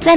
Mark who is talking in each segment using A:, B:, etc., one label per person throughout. A: 在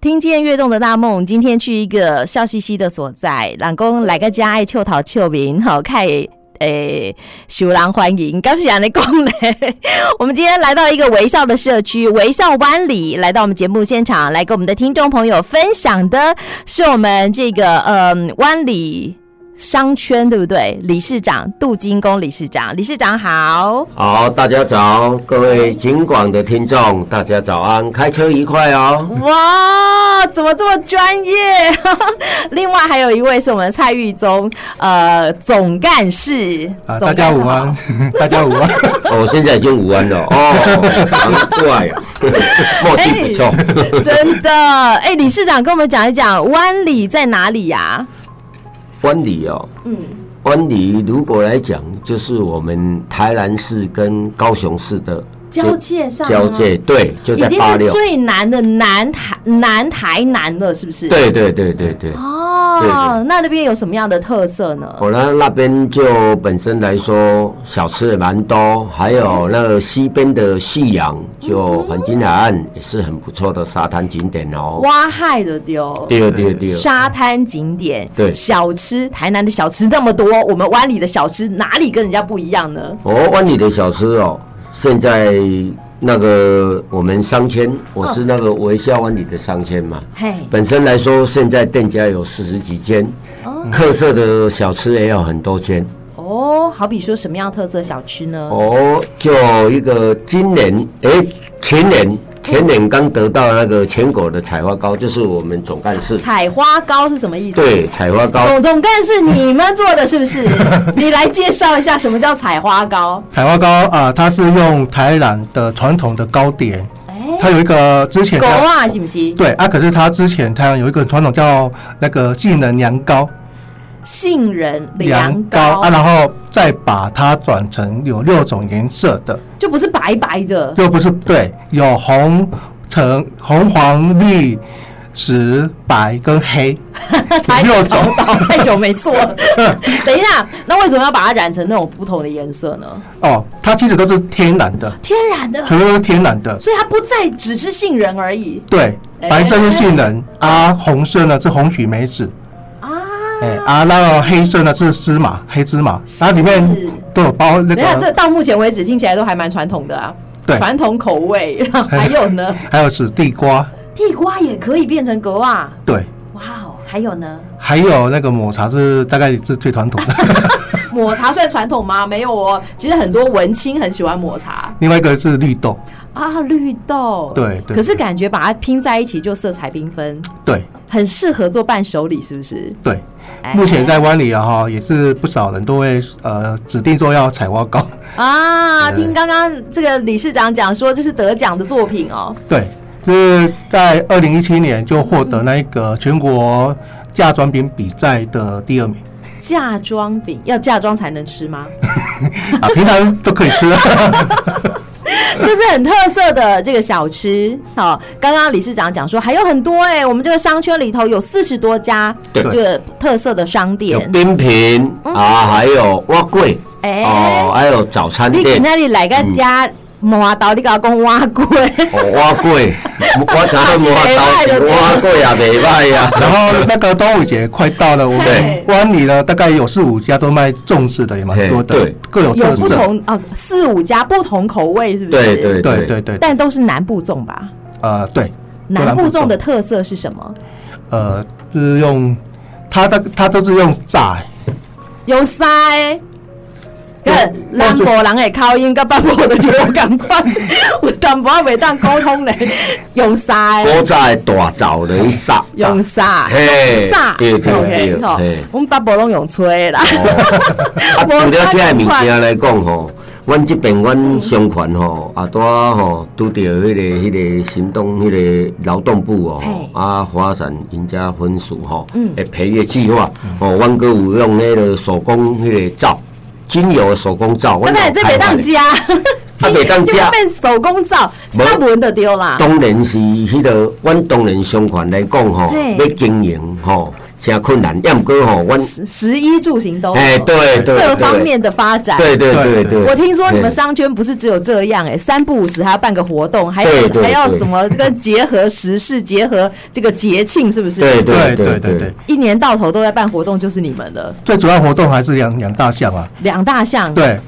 B: 听见跃动的大梦，今天去一个笑嘻嘻的所在，人讲来个家爱笑头笑面，好看诶，受人欢迎。刚是安尼讲嘞， 我们今天来到一个微笑的社区，微笑湾里，来到我们节目现场，来跟我们的听众朋友分享的是我们这个嗯湾里商圈对不对？理事长杜金公理事长，理事长好。
C: 好，大家早，各位景广的听众，大家早安，开车愉快哦。
B: 哇，怎么这么专业？ 另外还有一位是我们蔡玉宗，呃，总干事。
D: 啊，
B: 总
D: 大
B: 干事
D: 家午
B: 好
D: 安， 大家午安。
C: 哦，现在已经午安了哦，难 怪呀、默契不错。
B: 真的，哎、理事长跟我们讲一讲湾里在哪里呀、
C: 湾里哦，嗯，湾里如果来讲，就是我们台南市跟高雄市的
B: 交界上吗
C: 交界对，就
B: 已
C: 在
B: 经
C: 八
B: 是
C: 六。
B: 最南的南台南台南了，是不是？。
C: 对对对对对。对
B: 哦
C: 对，哦
B: 那那边有什么样的特色呢？
C: 我呢那边就本身来说，小吃也蛮多，还有那个西边的夕阳，就黄金海岸也是很不错的沙滩景点哦。
B: 挖害的丢。
C: 对哦对对，
B: 沙滩景点，
C: 对
B: 小吃，台南的小吃那么多，我们湾里的小吃哪里跟人家不一样呢？
C: 哦，湾里的小吃哦，现在那个我们商圈，我是那个微笑湾里的商圈嘛。
B: 嘿，
C: 本身来说，现在店家有四十几间，特色的小吃也有很多间。
B: 哦，好比说什么样特色小吃呢？
C: 哦，就有一个今年，哎，前年前年刚得到那个全国的采花糕，就是我们总干事
B: 采花糕是什么意思？
C: 对采花糕。
B: 总总干事，你们做的是不是？你来介绍一下什么叫采花糕？
D: 台湾糕啊，它是用台南的传统的糕点，
B: 哎、
D: 它有一个之前
B: 狗
D: 它
B: 啊，行不行？
D: 对啊，可是它之前它有一个传统叫那个技能凉糕，
B: 杏仁凉糕，
D: 啊，然后再把它转成有六种颜色的，
B: 就不是白白的，
D: 又不是对，有红、橙、红、黄、绿、紫、白跟黑，
B: 才
D: 有六种
B: 搞到太久没做了。等一下，那为什么要把它染成那种不同的颜色呢？
D: 哦，它其实都是天然的，
B: 天然的，
D: 全部都是天然的。
B: 所以它不再只是杏仁而已
D: 对，
B: 哎
D: 白色是杏仁，啊，红色呢是红曲梅子，
B: 啊。
D: 哎、啊，然后黑色呢是芝麻，黑芝麻，然后里
B: 是
D: 面都有包那
B: 等一下，这
D: 个，
B: 到目前为止听起来都还蛮传统的啊，
D: 对
B: 传统口味。 然后还有 呢，
D: 还有紫地瓜，
B: 地瓜也可以变成格啊，
D: 对，
B: 哇哦，还有呢，
D: 还有那个抹茶是大概是最传统的，
B: 抹茶算传统吗？没有哦，其实很多文青很喜欢抹茶
D: 另外一个是绿豆，
B: 啊，绿豆。
D: 对对
B: 可是感觉把它拼在一起就色彩缤纷，
D: 对
B: 很适合做伴手礼，是不是？
D: 对。
B: 哎
D: 目前在湾里啊哈，也是不少人都会呃指定说要采花糕，
B: 啊，
D: 对
B: 听刚刚这个理事长讲说，这是得奖的作品哦。
D: 对，就是在二零一七年就获得那个全国嫁妆饼比赛的第二名
B: 嫁妆饼要嫁妆才能吃吗？
D: 啊，平常都可以吃。
B: 这是很特色的这个小吃。好、刚刚理事长讲说还有很多哎、我们这个商圈里头有四十多家这
C: 对
B: 个特色的商
C: 有
B: 店。
C: 冰品
B: 嗯
C: 啊，还有蛙柜，
B: 哎
C: 哦，还有早餐
B: 你去
C: 店，
B: 那里来个家磨刀，你搞讲挖过，
C: 哦，蛙 柜，我查到磨刀是蛙柜也啊袂歹呀。
D: 然后那个端午节快到了，我
B: 对
D: 们湾里呢大概有四五家都卖粽子的，也蛮多
C: 嘿
D: 的
C: 对，
D: 各有
B: 有
D: 特
B: 不
D: 色。
B: 同啊四五家不同口味，是不是？
C: 对对
D: 对对对，
B: 但都是南部粽吧？
D: 呃对，
B: 南部粽
D: 粽
B: 的特色是什么？
D: 呃是用它的它都是用炸，
B: 有塞个南部人的口音，甲北部的就无共 款，有淡薄仔袂当沟通咧，用啥的？
C: 古早的大灶来 杀，
B: 用啥？
C: 嘿
B: 啥？
C: 对对
B: OK，
C: 对
B: 吼
C: 嘿
B: 我们北部拢用吹的啦。
C: 啊，除了
B: 无啥
C: 这个
B: 共
C: 物
B: 款嗯
C: 件来讲吼，阮即边阮商权吼，啊，拄啊吼拄着迄个迄个行动迄个劳动部哦
B: 嘿，嗯
C: 啊，发展人家分署吼，诶，培育计划，哦，阮阁有用迄个手工迄个皂，精油的手工皂，
B: 我
C: 阮
B: 啊那
C: 有
B: 这
C: 开
B: 袂
C: 发
B: 当
C: 的
B: 加，
C: 啊袂当 吃
B: 这变手工皂，
C: 无
B: 三文就对啦。
C: 当然是迄、个，阮当然相关来讲吼
B: 嘿，
C: 要经营吼，诚困难。要毋过吼，阮
B: 食食衣住行都有，
C: 哎，对对
B: 哦各
C: 对，
B: 方面的发展。
C: 对对对对。
B: 我听说你们
C: 上
B: 商圈不是只有这样哎、三不五时还要办个活动，还有
C: 对对
B: 还要
C: 对
B: 什么跟结合时事，结合这个节庆，是不是？
C: 对
D: 对
C: 对
D: 对
C: 对
D: 对
C: 对
D: 对
C: 对，，
B: 一年到头都在办活动，就是你们了，
D: 最主要活动还是两两大项啊。
B: 两大项。
D: 对，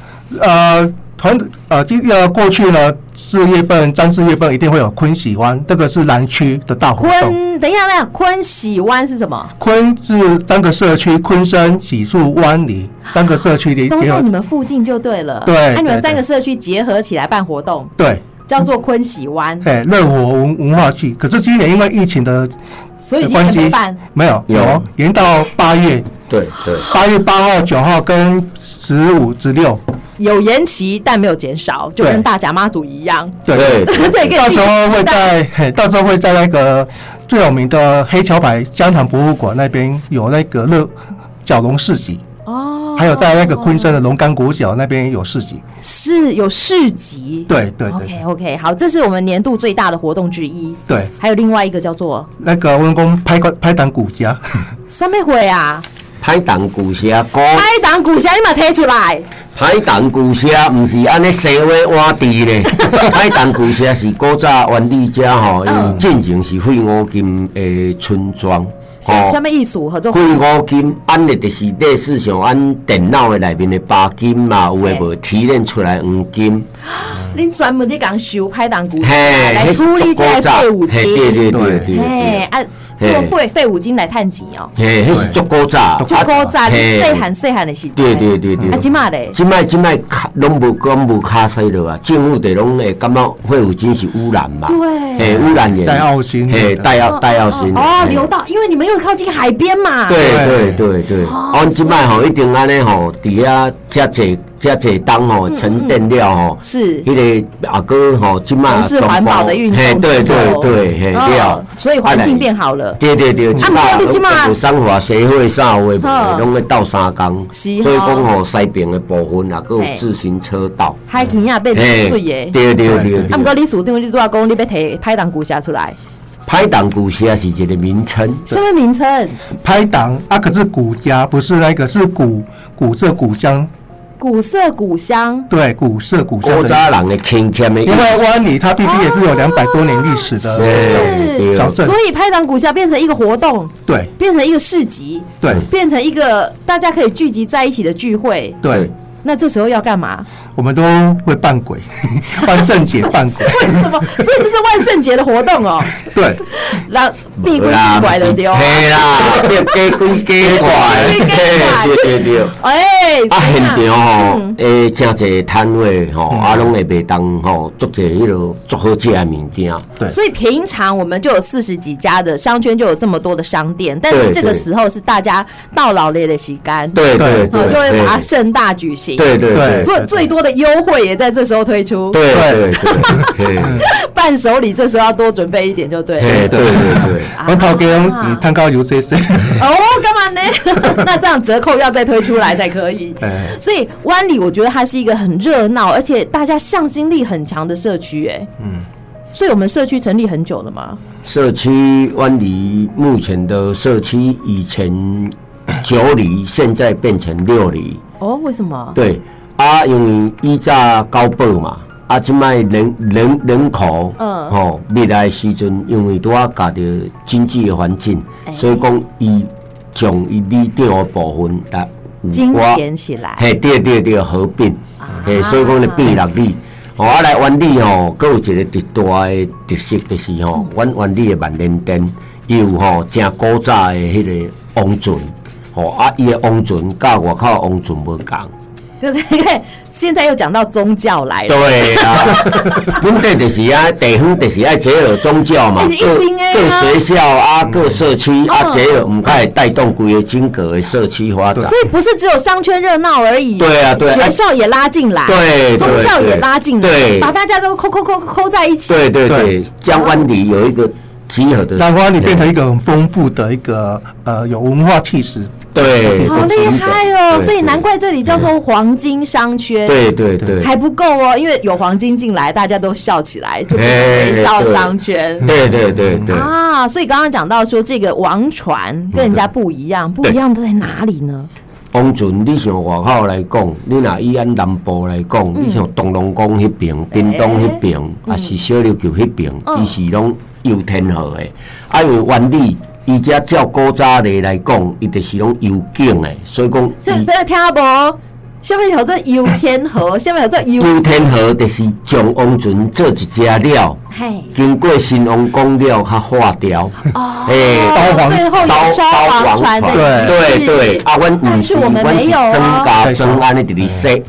D: 呃，团呃，今呃过去呢，四月份、三四月份一定会有昆喜湾，这个是南区的大活动。
B: 昆，等一下，等一下，昆喜湾是什么？
D: 昆是三个社区，昆山、喜树、湾里三个社区的
B: 都
D: 结
B: 在
D: 合
B: 你。们附近就对了。
D: 对
B: 那、你
D: 对
B: 们
D: 对
B: 三个社区结合起来办活动，
D: 对，
B: 叫做昆喜湾，
D: 哎，热火文文化剧，可是今年因为疫情的
B: 所以
D: 的
B: 今
D: 关
B: 年没
D: 机
B: 办。，
D: 没有
C: 有
D: 有延到八月，
C: 对对，
D: 八月八号、九号跟十五、十六，
B: 有延期，但没有减少，就
D: 对
B: 跟大甲妈祖一样。
C: 对
B: 而且可以
D: 到
B: 自己
D: 时候会
B: 期待
D: 在嘿，到时候会在那个最有名的黑桥牌江潭博物馆那边有那个乐角龙市集，
B: 哦，
D: 还有在那个昆山的龙岗国角那边有市集。
B: 是有市集。
D: 对对对
B: OK OK，好，这是我们年度最大的活动之一。
D: 对，
B: 还有另外一个叫做
D: 那个温公拍个拍档骨家，
B: 三妹会啊，
C: 歹动旧社讲，
D: 哦
B: 拍掌鼓声你嘛提出来，
C: 歹动旧社毋啊是安尼西话碗 地咧，歹动旧社啊是古早原地遮吼，
B: 哦
C: 因进前是废五金的村庄，哦
B: 是啊
D: 哦
B: 什么意思？合作
C: 废五金，安尼就是类似像安电脑的内面的钯金嘛，有诶无提炼出来黄金，
B: 恁专门在讲修拍掌鼓声
C: 嘿，
B: 来处理这些废物
C: 嘿，对
B: 金，
C: 对对对
B: 嘿，
C: 对，
B: 啊，做废废物金来探钱哦，
C: 嘿，迄是足古早，
B: 就古早你
C: 啊嘿
B: 细汉细汉的时代，
C: 对对对对
B: 啊，即嘛嘞，
C: 即摆即摆卡拢无拢无卡西落啊，政府就拢会感觉废物真是污染嘛，
B: 对
C: 嘿污染源，
D: 戴奥辛
C: 嘿戴奥戴奥辛，
B: 哦，
C: 嘿
B: 流啊到，因为你们又靠近海边嘛，
C: 对对对对，
B: 哦
C: 啊阮即摆吼一定安尼吼，伫遐遮济遮济冬吼沉淀了吼，
B: 嗯是
C: 迄个阿哥吼即摆
B: 从事环保的运动
C: 啊
B: 之
C: 嘿
B: 后，
C: 对对对啊
B: 哦
C: 嘿了，
B: 所以环境变好了。
C: 对对对，即
B: 啊
C: 摆
B: 不过你这摆
C: 有生活社会啥话
B: 呵
C: 袂，拢要斗三工，
B: 是
C: 所以讲吼西边的部分啊，佫有自行车道，
B: 海景也变
C: 嘿
B: 哎水耶。
C: 对对对
D: 对
C: 对
B: 啊，毋过你锁定你拄仔讲，你要摕拍档古写出来，
C: 拍档古社是一个名称，
B: 什么名称？
D: 拍档啊，可是骨家不是那个是骨骨色骨香，
B: 古色古香，
D: 对，骨色骨香
C: 古
D: 的。
C: 早人的欠欠的意
D: 因为
C: 思，
D: 湾里它毕竟也是有两百多年历史的
C: 对对
D: 小镇
B: 所，以拍档古香变成一个活动，
D: 对
B: 变成一个市集，
D: 对
B: 变成一个大家可以聚集在一起的聚会。
D: 对，
B: 那这时候要干嘛？
D: 我们都会扮鬼，万圣节扮鬼，
B: 为 什么？所以这是万圣节的活动哦，
D: 对，
B: 让避鬼
C: 啦，
B: 怪的丢。啊
C: 嘿啦，对假 鬼假怪，
B: 假鬼假怪
C: 嘿对对对。
B: 哎，
C: 啊，哦
B: 怎
C: 现
B: 样
C: 场吼，
B: 嗯
C: 诶，真侪摊位吼，啊，拢会卖当吼，足侪迄落足好食的物件。
D: 对
B: 嗯所以平常我们就有四十几家的商圈，就有这么多的商店，但是
C: 对
B: 这个
C: 对
B: 时候是大家到老累的洗干，
C: 对对
B: 哦
C: 对，
B: 就会把它盛大举行。
C: 对对对
D: 对
B: 最最多的优惠也在这时候推出，
C: 对对对，
B: 伴手礼这时候要多准备一点就对了。
C: 嘿，对对对，
D: 我们头家你摊高油 C C，
B: 哦，干嘛呢？ 那这样折扣要再推出来才可 以。
D: 哎
B: 所以湾里我觉得它是一个很热闹，而且大家向心力很强的社区，哎，嗯。所以我们社区成立很久了嘛，
C: 社区湾里目前的社区以前九里，现在变成六里。
B: 哦，为什么？
C: 对，啊，因为依早高报嘛，啊，即摆人人人口，
B: 嗯
C: 吼、未来的时阵，因为拄啊家着经济的环境，
B: 哎
C: 所以讲伊将伊里长的部分来
B: 精简起来，啊
C: 嘿，对对对，合并，嘿、所以讲咧变六里。吼、啊来湾里吼，佫有一个特大的特色就是
B: 嗯
C: 吼，阮湾里的万年灯，伊有吼正古哦早的迄个王船，吼、啊伊的王船甲外口的王船无共，
B: 对对对，现在又讲到宗教来了，
C: 对啊， 本地就是啊，地方就是爱结合宗教嘛
B: 哎，一
C: 各
B: 定的啊嗯
C: 各学校啊，各社区啊，结合，唔会带动规个整个的社区发展。
B: 所以不是只有商圈热闹而已。
C: 对啊对啊
B: 学校也拉进来，
C: 对对
B: 宗教也拉进来，
C: 对
B: 把大家都扣扣扣扣在一起。
C: 对对对
D: 对，
C: 江湾里有一个集合的，
D: 让花你变成一个很丰富的一个呃有文化气质。
C: 对，
B: 好厉害哦！
C: 对嗯
B: 所以难怪这里叫做黄金商圈。
C: 对对对，
B: 还不够哦，因为有黄金进来，大家都笑起来，就
C: 哎
B: 微笑商圈。
C: 对对对对，
B: 啊，所以刚刚讲到说这个王船跟人家不一
C: 嗯
B: 样，不一样的在哪里呢？
C: 王船你像外口来讲，你若以咱南部来讲，
B: 嗯
C: 你像东龙宫迄边、屏东迄边，
B: 哎
C: 啊是小琉球迄边，
B: 嗯
C: 伊是拢游天河的。啊，因为湾里伊遮照古早的来讲，伊就是拢游景的，所以讲
B: 是不是在听不？下面有这游天河，下面有这游，
C: 游天河就是将王船做一只了。
B: 嘿，
C: 经过新王宫了，较化掉，哎
D: 烧黄
B: 最后有烧王船的仪式
C: 对对对，啊，阮
B: 但
C: 毋
B: 是
C: 是，
B: 我们
C: 阮
B: 没
C: 是
B: 有
C: 增
B: 哦，
C: 加增安尼伫咧说，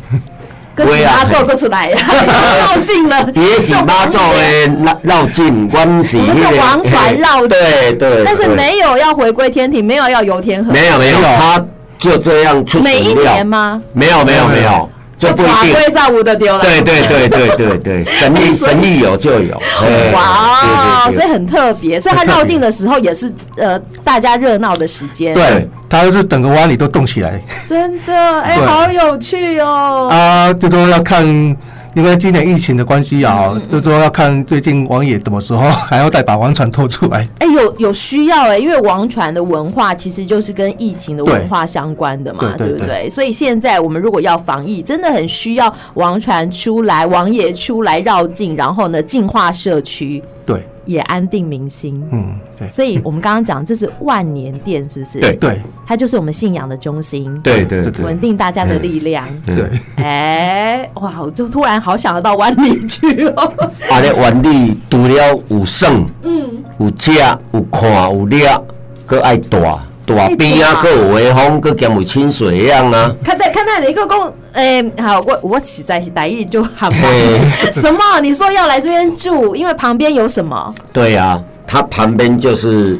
B: 哥是妈祖哥出来了， 绕境了，
C: 啊也是妈祖的绕绕境，阮是
B: 我们是
C: 那个
B: 王船绕境
C: 对对，
B: 但是
C: 对
B: 没有要回归天庭，没有要游天河，
C: 没有没有，他就这样出
B: 每一
C: 成料
B: 年？吗？
C: 没有没有没有，就不一
B: 法
C: 定。
B: 规照无的丢了。
C: 对对对对对对，神力神力有就有，哎
B: 哇，
C: 对对
B: 所以
C: 对
B: 很特别，所以它
D: 很特别
B: 绕境的时候也是呃大家热闹的时间，
D: 对，它就是整个湾里都动起来
B: 真的哎，
D: 对
B: 好有趣哦。
D: 啊，最多要看，因为今年疫情的关系啊，最多要看最近王爷什么时候还要再把王船拖出来。
B: 哎、有有需要哎、因为王传的文化其实就是跟疫情的文化相关的嘛，
D: 对对
B: 不
D: 对
B: 对？所以现在我们如果要防疫，真的很需要王传出来，王爷出来绕境，然后呢，净化社区，
D: 对，
B: 也安定民心。
D: 嗯，对，
B: 所以我们刚刚讲，这是万年殿，是不是？
C: 对
D: 对，
B: 它就是我们信仰的中心，
C: 对对对
B: 稳定大家的力量。
C: 对
D: 对。
B: 哎、哇！我就突然好想要到湾里去哦。
C: 啊！咧原理除了有耍，嗯，有食，有看，有掠，佮爱大大边啊，佮有威风，佮兼有清水样啊。
B: 看待看待你一个公，哎、好，我我实在是台语就很不
C: 嘿
B: 什么？你说要来这边住，因为旁边有什么？
C: 对啊，它旁边就是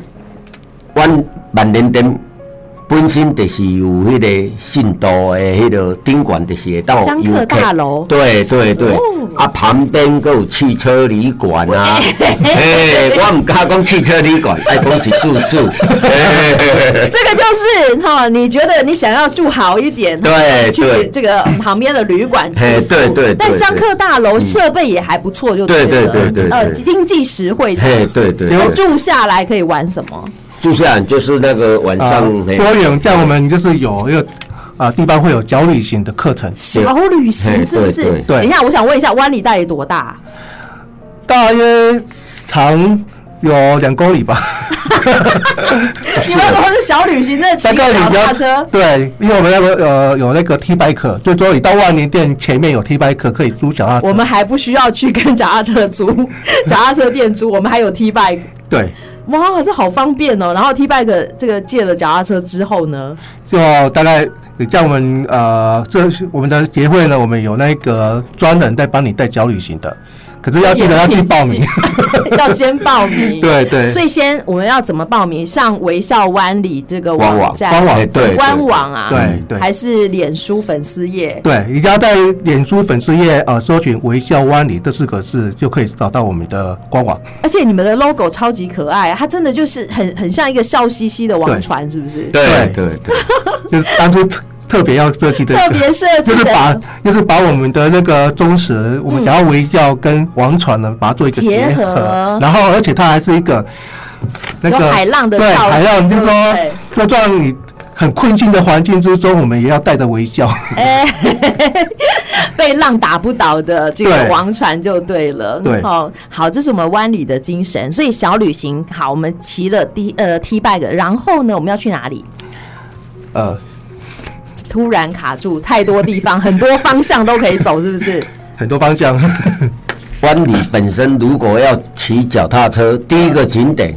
C: 阮万年灯，本身就是有迄个信徒的迄个顶管，就是会到
B: 香客
C: 游客
B: 大楼
C: 对对对
B: 哦，
C: 啊旁边佮有汽车旅馆 啊。嘿，我毋敢讲汽车旅馆，爱讲是住 宿。嘿嘿嘿嘿
B: 这个就是哈，你觉得你想要住好一点，
C: 对
B: 去
C: 对
B: 这个旁边的旅馆住
C: 嘿
B: 宿
C: 对对对
B: 但
C: 对
B: 香客大楼设备也还不错，就
C: 对
B: 对
C: 对
B: 了
C: 对对
B: 呃，
C: 对
B: 经济实惠的。
C: 嘿，对对
B: 然后
C: 对。
B: 住下来可以玩什么？
C: 就像就是那个晚
D: 啊，
C: 上，嘿
D: 多远在我们就是有一个啊地方会有脚旅行的课程，
B: 小哦旅行是不是？
C: 对对
D: 对
B: 等一下，我想问一下，湾里到底多大？
D: 大约长有两公里 吧。
B: 你们怎么是小旅行？那骑
D: 大概
B: 个
D: 你
B: 脚
D: 比
B: 踏
D: 较
B: 车，
D: 对，因为我们那个呃有那个 T bike，最多你到万年店前面有 T bike 可以租脚踏车。
B: 我们还不需要去跟脚踏车租，脚踏车店租，我们还有 T bike。
D: 对，
B: 哇，这好方便哦！然后 T bike 这个借了脚踏车之后呢，
D: 就大概像我们呃这是我们的协会呢，我们有那个专人在帮你带脚旅行的，可是要记得要去报名。
B: 要先报名。
D: 对对
B: 所以先我们要怎么报名？上微笑湾里这个
C: 官
B: 网
C: 网
B: 站，
D: 官网
C: 嘿对
B: 官网啊，
D: 对嗯对
B: 还是脸书粉丝页。
D: 对，你只要在脸书粉丝页呃搜寻“微笑湾里”这四个字，就可以找到我们的官网。
B: 而且你们的 logo 超级可爱，它真的就是很很像一个笑嘻嘻的王
D: 对
B: 船，是不是？
C: 对对对，
D: 就是当初特特别要设计的，
B: 特别设计
D: 就
B: 的
D: 是把就是把我们的那个忠实，我们想要微笑跟王传呢，把它做一个
B: 结
D: 结
B: 合
D: 合，然后而且它还是一个那
B: 有
D: 个
B: 海浪的
D: 对
B: 造型
D: 海浪，就是
B: 对
D: 说，就让你很困境的环境之中，我们也要带着微笑。
B: 哎、被浪打不倒的这个
D: 对
B: 王船就对了。
D: 对
B: 哦，好，这是我们湾里的精神。所以小旅行，好，我们骑了 D 呃 T bike，然后呢，我们要去哪里？
D: 呃，
B: 突然卡住，太多地方，很多方向都可以走，是不 是？
D: 很多方向，
C: 湾里本身如果要骑脚踏车，第一个景点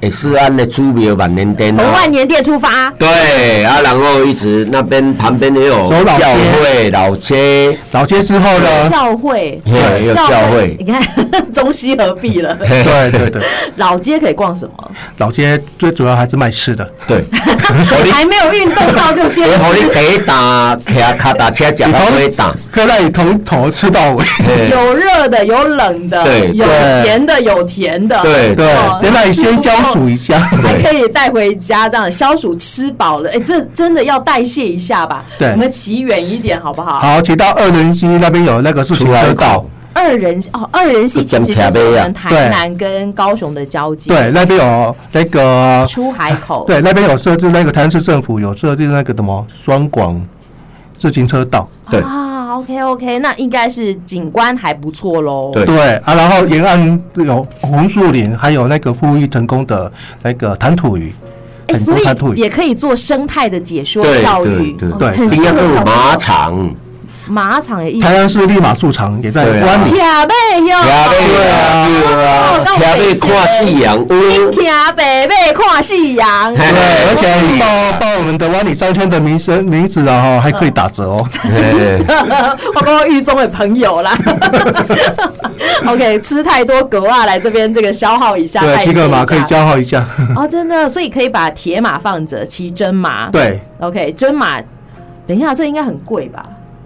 C: 诶，四安的出名万年灯
B: 从
C: 啊
B: 万。年店出发，
C: 对啊，然后一直那边旁边也有
D: 走老街
C: 教会、老街，
D: 老街之后呢？
B: 教会，
C: 呃嘿，有教会
B: 你，看 中西合璧 了。
C: 嘿
D: 对对对，
B: 老街可以逛什么？
D: 老街最主要还是卖吃的。
C: 对，
B: 还没有运动到就先
C: 我互
B: 吃
C: 你第一打骑卡踏车食到尾打，
D: 可以让你从头吃到尾。
C: 嘿
B: 有热的，有冷的，
C: 对
B: 有
D: 对
B: 咸的，有甜的，
C: 对
D: 对
B: 哦，
D: 先让你先消暑一下。
B: 还可以带回家，这样消暑吃饱了，哎、这真的要代谢一下吧？
D: 对
B: 我们骑远一点好不好？
D: 好，骑到二轮溪那边有那个自行
C: 出来
D: 车道
C: 搞，，
B: 二人哦，二人系其实就是我们台南跟高雄的交界，
D: 对，，那边有那个，
B: 出海口，
D: 对，那边有设置那个台南市政府有设置那个什么双广自行车道，
C: 对
B: 啊，OK OK，那应该是景观还不错喽。
C: 对
D: 对啊，然后沿岸有红树林，还有那个富裕成功的那个弹土鱼，
B: 哎，
D: 很
B: 所
D: 多
B: 以
D: 弹土鱼，
B: 也可以做生态的解说
C: 对
B: 教
C: 对
B: 育，
C: 对
B: 哦
D: 对
B: 很适
C: 应该
B: 合
C: 有
B: 小朋
C: 马
B: 友。
C: 场，
B: 马场也一
D: 台南市立马术场也在
C: 对啊
D: 湾里，
B: 铁背哟，
C: 骑马啊，对啊，
B: 哦
C: 骑马看夕阳，有
B: 铁北北跨夕 阳。
C: 嘿
D: 对，而且报报我们的湾里商圈的名声名字然后还可以打折
C: 嗯
D: 哦。
C: 嘿
B: 我跟我狱中的朋友啦。OK，吃太多狗啊，来这边这个消耗一下，代
D: 对，
B: 谢
D: 提
B: 一
D: 个
B: 下
D: 马可以消耗一下，
B: 哦，真的，所以可以把铁马放着，骑真马。
D: 对，
B: ，OK，真马，等一下，这应该很贵吧？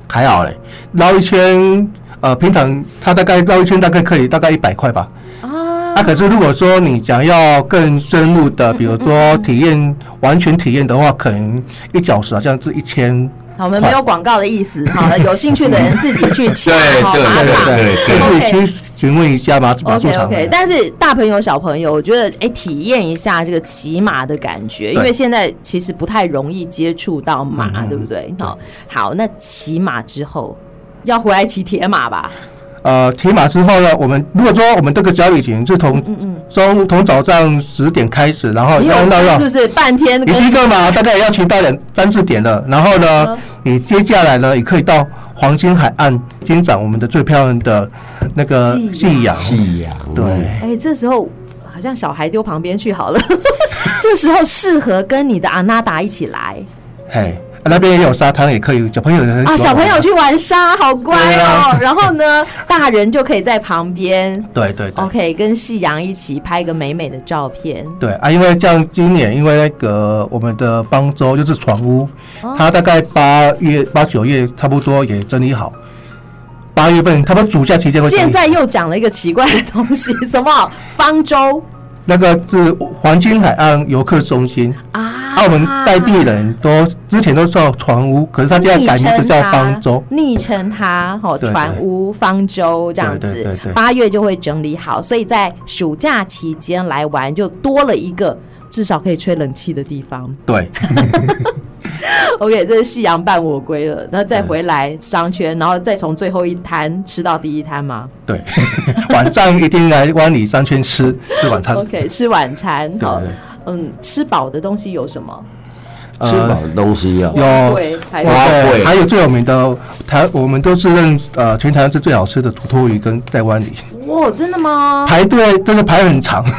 D: 还好嘞，绕一圈，呃，平常它大概绕一圈大概可以大概一百块吧。
B: 啊，嗯
D: 啊，可是如果说你想要更深入的，比如说体验完全体验的话，可能一小时好像是一千。
B: 好，我们没有广告的意思，好了，有兴趣的人自己去骑，
C: 对
B: 好，
C: 对
B: 马
C: 对
B: 场
C: 对对
D: 可
B: OK
D: 以去询问一下马马术
B: OK
D: 场
B: OK，
D: 啊的。
B: 但是大朋友小朋友，我觉得哎、诶体验一下这个骑马的感觉，因为现在其实不太容易接触到马，对不
D: 嗯
B: 对？好，好，那骑马之后要回来骑铁马吧？
D: 呃，骑马之后呢，我们如果说我们这个小旅行是从从从早上十点开始，哦然后
B: 嗯你有
D: 要到要
B: 是不是半天
D: 你
B: 跟
D: 骑个马大概也要骑到两三四点了，然后呢
B: 嗯，
D: 你接下来呢，也可以到黄金海岸欣赏我们的最漂亮的那个
B: 夕
D: 夕阳。
C: 夕阳，
D: 对，
B: 哎、这时候好像小孩丢旁边去好了， 这时候适合跟你的阿娜达一起来
D: 嘿，啊那边也有沙滩，也可以小朋友也很喜
B: 啊，
D: 欢
B: 小朋友
D: 玩
B: 去玩沙，好乖
D: 对
B: 哦
D: 啊。
B: 然后呢，大人就可以在旁边。
D: 对对对
B: OK，跟夕阳一起拍个美美的照片。
D: 对啊，因为像今年，因为那个我们的方舟就是船屋，
B: 哦
D: 它大概八月八九月差不多也整理好，八月份他们暑假期间会整理
B: 现在又讲了一个奇怪的东西，什么方舟
D: 那个是黄金海岸游客中心。
B: 啊？
D: 啊，我们在地人都之前都叫船屋，可是他现在改名字叫方舟。
B: 昵称它哦，
D: 对对
B: 船屋方舟这样
D: 对
B: 子
D: 对对，对
B: 八月就会整理好，所以在暑假期间来玩就多了一个。至少可以吹冷气的地方。
D: 对
B: OK，这是夕阳伴我归了，然后再回来商圈，然后再从最后一摊吃到第一摊嘛。
D: 对， 晚上一定来湾里商圈吃吃晚餐。
B: OK，吃晚餐。
D: 对
B: 好
D: 啊对对，
B: 嗯，吃饱的东西有什么？
D: 呃
C: 吃饱东西哦，
D: 有
B: 对，还有
C: 哇
D: 对，
C: 对
D: 还有最有名的台，我们都是认呃全台湾是最好吃的土托鱼跟在湾里
B: 哇，真的吗？
D: 排队真的排很 长。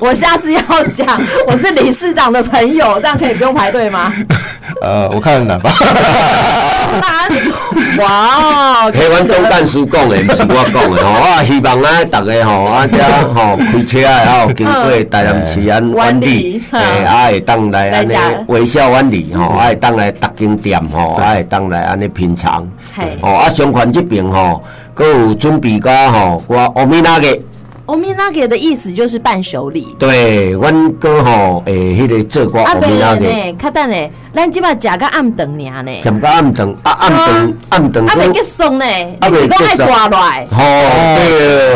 B: 我下次要讲我是理事长的朋友，这样可以不用排队 吗？
D: 呃，我看很难 吧。
B: 哇哦，
C: 嘿，阮总干事讲的，不是我讲的吼。我希望啊，大家吼，啊，遮吼开车的吼，经过台南市
B: 嗯
C: 安湾里，
B: 湾里
C: 嘿，啊，会当来安尼
B: 来嗯吃
C: 微笑湾里吼，啊，会当来搭景点吼，啊，会当来安尼品尝
B: 嘿。
C: 吼，啊，相关这边吼，佫有准备个吼，我欧米那个，
B: 欧米娜给的意思就是伴手礼。
C: 对，阮哥吼，诶，迄个做过
B: 啊，
C: 欧米
B: 别
C: 那
B: 人
C: 个，
B: 呢，较等呢，咱即摆食个暗顿尔呢，
C: 咸到暗顿，啊，暗顿，暗顿，
B: 啊，未结束呢，
C: 啊
B: 你
C: 未
B: 是讲爱
C: 结束
B: 挂落来，
C: 吼，对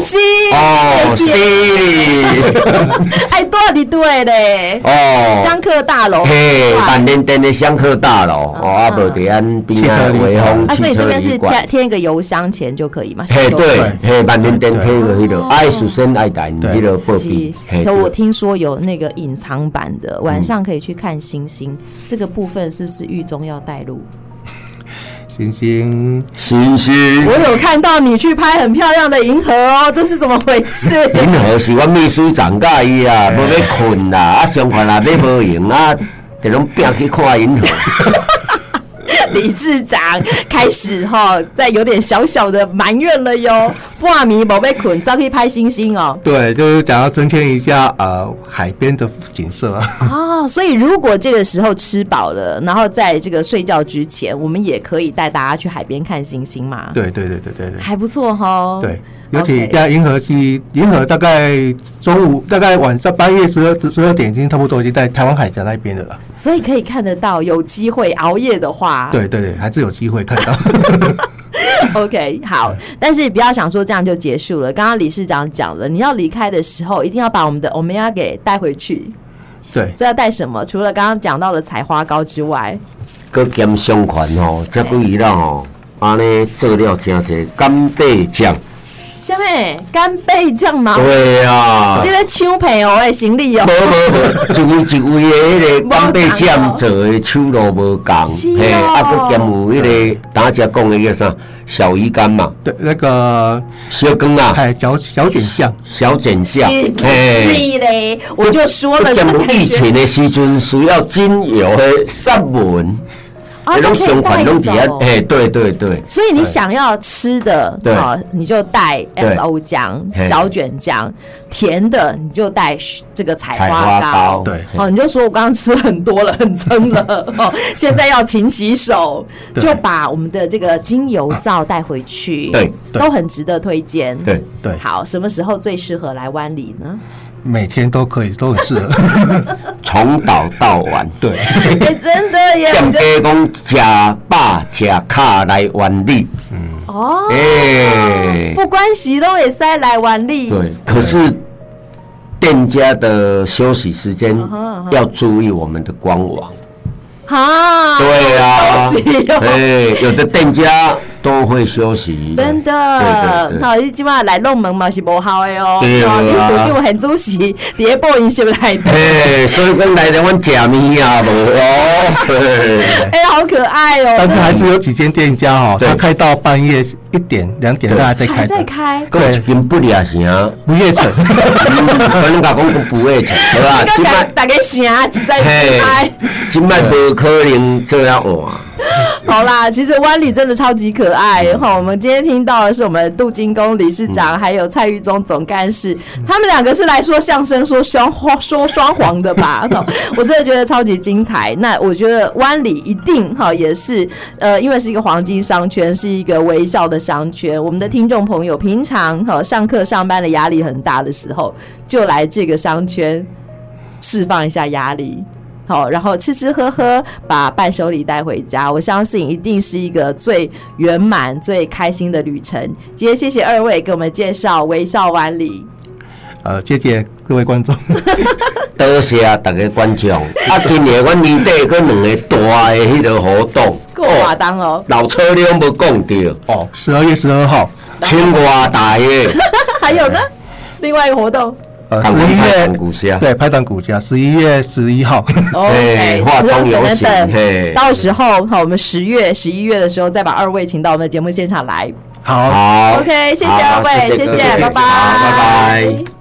B: 是
C: 哦，
B: 毋是？哎会
C: 哦，
B: 记
C: 是。
B: 爱住伫哎对嘞，
C: 哦，
B: 香客大楼。
C: 嘿，
B: 哇
C: 板连店的香客大楼，哦，啊，无伫咱边啊，威风
B: 啊，所
C: 汽
B: 以这
C: 车
B: 边是添
C: 旅馆。
B: 添一个邮箱钱就可以嘛？
C: 嘿，
B: 邮
C: 对
D: 对，
C: 嘿，板连店
D: 对
C: 贴个迄落，爱首先爱谈
D: 对
C: 迄落报
B: 哦是
C: 比，，嘿，
B: 可我
C: 对
B: 听说有那个隐藏版的，
D: 嗯
B: 晚上可以去看星星。这个部分是不是狱中要带路？
D: 行星，
C: 星
D: 嗯
C: 星。
B: 我有看到你去拍很漂亮的银河哦，这是怎么回事？
C: 银河是我秘书长教伊啊，要要困啦，啊上课啦要无闲啊，就拢拼去看银河。
B: 理事长开始哈，在有点小小的埋怨了哟。挂迷宝贝捆，早去拍星星哦。
D: 对，就是想要增添一下呃海边的景色啊。
B: 哦，所以如果这个时候吃饱了，然后在这个睡觉之前，我们也可以带大家去海边看星星嘛。，
D: 对对对对对对
B: 还不错哈。
D: 对，尤其
B: 哦 OK
D: 在银河系，银河大概中午大概晚上八月十二十二点已经差不多已经在台湾海峡那边的了啦。
B: 所以可以看得到，有机会熬夜的话，
D: 对对对，还是有机会看到。
B: ，OK，好。但是不要想说这样就结束了。刚刚理事长讲了，你要离开的时候，一定要把我们的欧米伽给带回去。
D: 对，
B: 这要带什么？除了刚刚讲到的采花膏之外，
C: 佮兼相款吼，这几年啦吼，安尼做了真侪干贝酱。
B: 下面干贝酱嘛，
C: 对啊
B: 你，在抢朋友的行李哦
C: 无。无无，一位一位的迄个干贝酱做的手路无共，
B: 哦是哦
C: 啊佮兼有迄个大家讲的叫啥小鱼干嘛，
D: 对，那个
C: 小羹啊，
D: 海小小卷巷，
C: 小卷酱，
B: 是不
C: 哎
B: 是嘞？我就说了，这
C: 在
B: 感
C: 疫
B: 觉
C: 情的时阵，需要精油的杀蚊，
B: 啊，
C: 那
B: 都
C: 种
B: 可以
C: 相款
B: 带
C: 拢伫
B: 走哦
C: 遐，。哎，对对对，
B: 所以你想要吃的，
C: 对
B: 好，你就带
C: 对
B: SO 酱、
C: 嘿
B: 小卷酱；甜的你就带这个采
C: 采
B: 花
C: 花
B: 膏
C: 膏，。
D: 对
B: 哦，你就说我刚刚吃很多了，很撑 了，哦，现在要勤洗手，
D: 对
B: 就把我们的这个精油皂带回去，
C: 对
D: 对
B: 都很值得推荐。
C: 对，
D: 对，
B: 好，什么时候最适合来湾里呢？
D: 每天都可以，都很适合。
C: 从早到晚。
D: 对，
B: 哎，真的 耶，我
C: 店
B: 觉得
C: 家讲食饱食卡来玩你，
B: 哦，
C: 哎、
B: 不关系都也塞来湾里，
C: 对，可是店家的休息时间
B: 哼嗯哼
C: 要注意我们的官网。
B: 哈，
C: 对啊
B: 休息哦，
C: 哎、有的店家都会休息。
B: 真
C: 对
B: 的
C: 对，对
B: 好，你即摆来弄门嘛是无效的哦，
C: 对啊
B: 哦你属于我很主席，伫咧播音室内底。
C: 嘿，所以讲来台阮食物啊，无 哦，嘿
B: 哎、好可爱哦！
D: 但是还是有几间店家哦，
C: 对
D: 他开到半夜一点、两点，
C: 对
D: 他还在
B: 还
D: 开
B: 在
D: 的。
B: 开，
C: 还有一间不良城，嗯
D: 不 夜城，
C: 可能甲讲讲不会城，好啦，
B: 刚
C: 即摆
B: 刚大家声只在
C: 啊嘿
B: 开。，
C: 即摆无可能做啊换。
B: 好啦，其实湾里真的超级可爱哈。我们今天听到的是我们杜金公理事长，还有蔡玉忠总干事，他们两个是来说相声、说双簧、说双簧的吧？哈我真的觉得超级精彩。那我觉得湾里一定哈也是呃，因为是一个黄金商圈，是一个微笑的商圈。我们的听众朋友平常哈上课上班的压力很大的时候，就来这个商圈释放一下压力。好，然后吃吃喝喝，把伴手礼带回家，我相信一定是一个最圆满、最开心的旅程。今天谢谢二位给我们介绍微笑湾里，
D: 呃，谢谢各位 观众。
C: 多谢大家观众。啊，今年阮年底佫两个大的迄个活动，
B: 够瓦当哦，
C: 老车辆无讲着，
D: 哦，十二月十二号，
C: 千外大
B: 嗯
C: 的，
B: 还有呢，另外一个活动
D: 呃，
C: 港湾
D: 十一
C: 拍
D: 月
C: 港股市啊
D: 对，拍档股价，十一月十 一号。
C: 嘿
B: ，OK，
C: 化妆游行
B: 等
C: 嘿
B: 等，到时候好，我们十月、十一月的时候再把二位请到我们的节目现场来。
D: 好。
C: 好
B: OK，谢谢
C: 好
B: 二位，谢
C: 各
B: 谢，
C: 位
B: 拜拜，
C: 好拜拜。